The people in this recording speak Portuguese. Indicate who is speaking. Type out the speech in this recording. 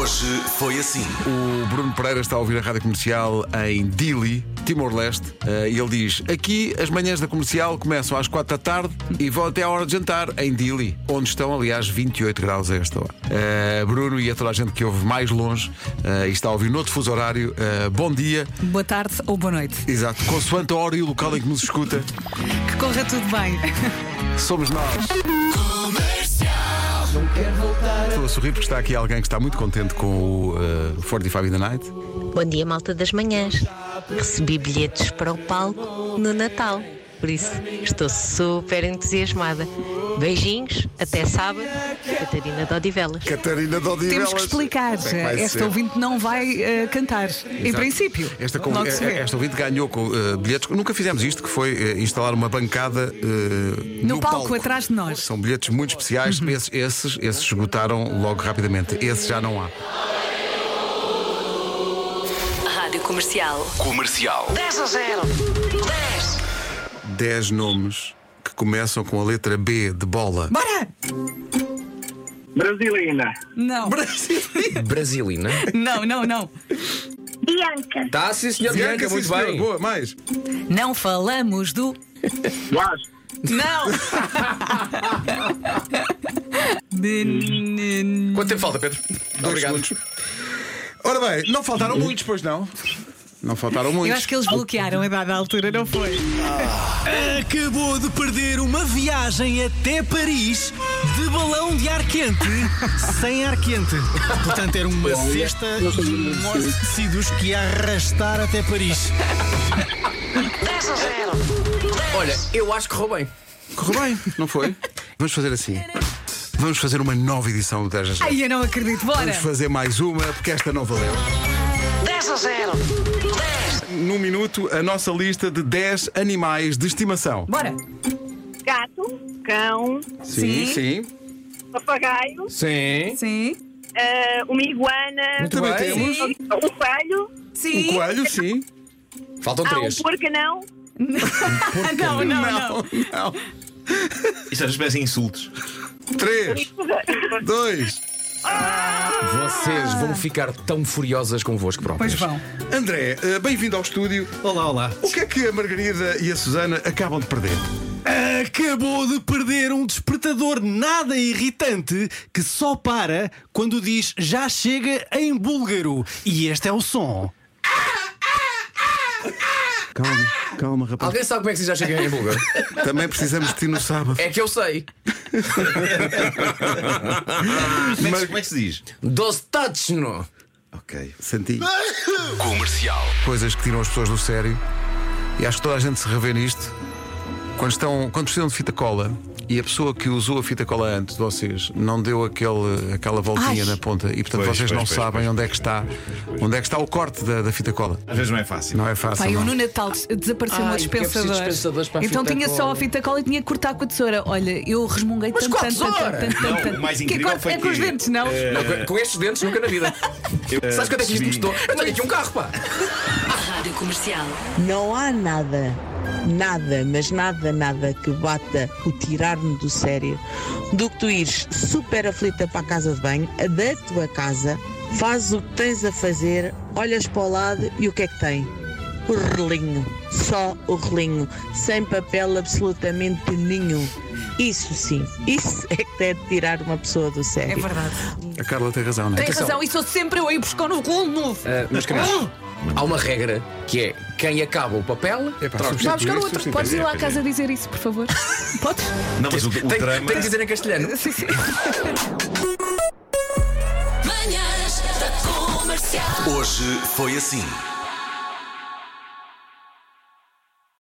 Speaker 1: Hoje foi assim.
Speaker 2: O Bruno Pereira está a ouvir a rádio comercial em Dili, Timor-Leste, eh, e ele diz: Aqui as manhãs da comercial começam às 4 da tarde e vão até à hora de jantar, em Dili, onde estão, aliás, 28 graus a esta hora. Eh, Bruno e a toda a gente que ouve mais longe eh, e está a ouvir noutro fuso horário, eh, bom dia.
Speaker 3: Boa tarde ou boa noite.
Speaker 2: Exato, consoante a hora e o local em que nos escuta,
Speaker 3: Que corra tudo bem.
Speaker 2: somos nós.
Speaker 1: Comercial.
Speaker 2: Estou a sorrir porque está aqui alguém que está muito contente com o eh, 45 in the Night.
Speaker 4: Bom dia, malta das manhãs. Recebi bilhetes para o palco no Natal. Por isso, estou super entusiasmada. Beijinhos, até sábado. Catarina de Odivelas.
Speaker 2: Catarina Dodivelas.
Speaker 3: Temos que explicar.
Speaker 2: Como é que vai
Speaker 3: Esta
Speaker 2: ser?
Speaker 3: ouvinte não vai eh, cantar. Em
Speaker 2: Exato.
Speaker 3: princípio.
Speaker 2: Esta, com,
Speaker 3: Logo se
Speaker 2: eh,
Speaker 3: vê.
Speaker 2: esta ouvinte ganhou com eh, bilhetes. Nunca fizemos isto, que foi eh, instalar uma bancada eh,
Speaker 3: No palco, atrás de nós. Uhum.
Speaker 2: São bilhetes muito especiais. Esses, esses, esses esgotaram logo rapidamente. Esse já não há.
Speaker 5: Rádio Comercial.
Speaker 1: Comercial.
Speaker 5: 10 a 0. 10.
Speaker 2: 10 nomes que começam com a letra B de bola.
Speaker 3: Bora!
Speaker 6: Brasilina.
Speaker 3: Não,
Speaker 7: Brasilina.
Speaker 3: não, não, não.
Speaker 8: Bianca,
Speaker 7: Tá, sim, senhor
Speaker 2: Bianca,
Speaker 7: Bianca,
Speaker 2: sim,
Speaker 7: muito
Speaker 2: senhor.
Speaker 7: bem.
Speaker 2: Boa, mais.
Speaker 3: Não falamos do.
Speaker 6: Vasco.
Speaker 3: Não! Menino.
Speaker 7: Quanto tempo falta, Pedro? Obrigado.
Speaker 2: Ora bem, não faltaram muitos, pois não? Não faltaram muitos.
Speaker 3: Eu acho que eles bloquearam a dada altura, não foi?
Speaker 9: Acabou de perder uma viagem até Paris de balão de ar quente sem ar quente. Portanto, era uma cesta e um monte de tecidos que ia arrastar até Paris.
Speaker 5: 10 a 0.
Speaker 7: Olha, eu acho que roubei.
Speaker 2: Correu bem, não foi? Vamos fazer assim. Vamos fazer uma nova edição do 10 a 0.
Speaker 3: Ai, eu não acredito. Bora!
Speaker 7: É.
Speaker 2: Vamos fazer mais uma, porque esta não valeu.
Speaker 5: 10 a 0. 10.
Speaker 2: num minuto a nossa lista de 10 animais de estimação.
Speaker 3: Bora!
Speaker 8: gato, cão,
Speaker 3: Sim.
Speaker 2: sim.
Speaker 8: papagaio,
Speaker 7: Sim.
Speaker 3: Sim,
Speaker 8: eh, uma iguana,
Speaker 7: Muito
Speaker 2: Também
Speaker 7: bem.
Speaker 2: temos
Speaker 8: um coelho,
Speaker 3: sim.
Speaker 2: um coelho, sim.
Speaker 7: Faltam
Speaker 8: há um
Speaker 7: três.
Speaker 8: porcanão,
Speaker 3: não, não, não.
Speaker 2: não.
Speaker 10: Isto é às vezes parecem insultos.
Speaker 2: 3, 2.
Speaker 7: Vocês vão ficar tão furiosas convosco próprios.
Speaker 3: Pois vão.
Speaker 2: André, eh, bem-vindo ao estúdio.
Speaker 9: Olá, olá.
Speaker 2: O que é que a Margarida e a Susana acabam de perder?
Speaker 9: Acabou de perder um despertador nada irritante que só para quando diz já chega em búlgaro. E este é o som.
Speaker 2: Calma, calma, rapaz.
Speaker 7: Alguém sabe como é que se já chega em Bulgar?
Speaker 2: Também precisamos de ti no sábado.
Speaker 7: é que eu sei.
Speaker 10: Como é que, se- como é que se diz?
Speaker 7: Dostachno.
Speaker 10: Ok.
Speaker 2: Santinho.
Speaker 1: Comercial.
Speaker 2: Coisas que tiram as pessoas do sério. E acho que toda a gente se revê nisto. Quando, estão, quando precisam de fita cola e a pessoa que usou a fita cola antes de vocês não deu aquele, aquela voltinha
Speaker 3: Ai.
Speaker 2: na ponta e portanto
Speaker 10: Pois,
Speaker 2: vocês
Speaker 10: pois,
Speaker 2: não
Speaker 10: pois,
Speaker 2: sabem
Speaker 10: pois,
Speaker 2: onde é que está onde é que está o corte da, da fita cola.
Speaker 10: Às vezes não é fácil.
Speaker 2: Não é fácil.
Speaker 3: Pai, eu
Speaker 2: não.
Speaker 3: no Natal des- desapareceu o meu
Speaker 7: Ai, porque é preciso
Speaker 3: dispensador.
Speaker 7: dispensadores para a
Speaker 3: então
Speaker 7: fita
Speaker 3: tinha só
Speaker 7: cola.
Speaker 3: a fita cola e tinha que cortar com a tesoura. Olha, eu resmunguei
Speaker 7: Mas
Speaker 3: tanto,
Speaker 7: com a
Speaker 3: tanto, tanto,
Speaker 7: tesoura?
Speaker 3: tanto, tanto,
Speaker 10: Não,
Speaker 3: tanto.
Speaker 10: o mais
Speaker 3: Que
Speaker 10: incrível
Speaker 3: corta-
Speaker 10: foi
Speaker 3: é com os
Speaker 10: que,
Speaker 3: dentes, não?
Speaker 7: Não, com- com estes dentes nunca na vida. Sabes quanto é que isto me
Speaker 10: percebi.
Speaker 7: custou? Eu tenho aqui um carro, pá.
Speaker 5: Rádio Comercial.
Speaker 11: Não há nada, nada, mas nada, nada que bata o tirar-me do sério do que tu ires super aflita para a casa de banho, a da tua casa, fazes o que tens a fazer, olhas para o lado e o que é que tem? O relinho, só o relinho, sem papel absolutamente nenhum. Isso sim, isso é que deve tirar uma pessoa do
Speaker 3: É
Speaker 11: sério.
Speaker 3: verdade.
Speaker 2: A Carla tem razão, não é?
Speaker 3: Tem razão, e sou sempre eu a ir buscar no rolo
Speaker 10: É
Speaker 3: novo.
Speaker 7: Ah, meus queridos, Ah! há uma regra que é quem acaba o papel
Speaker 2: Epá,
Speaker 7: troca.
Speaker 2: substituir,
Speaker 3: Buscar outro. Podes ir lá à casa dizer isso, por favor? Podes?
Speaker 10: Não, mas o, o
Speaker 7: Tem,
Speaker 10: drama.
Speaker 7: tem que dizer em castelhano.
Speaker 3: Sim, sim.
Speaker 5: Manhãs da Comercial.
Speaker 1: Hoje foi assim.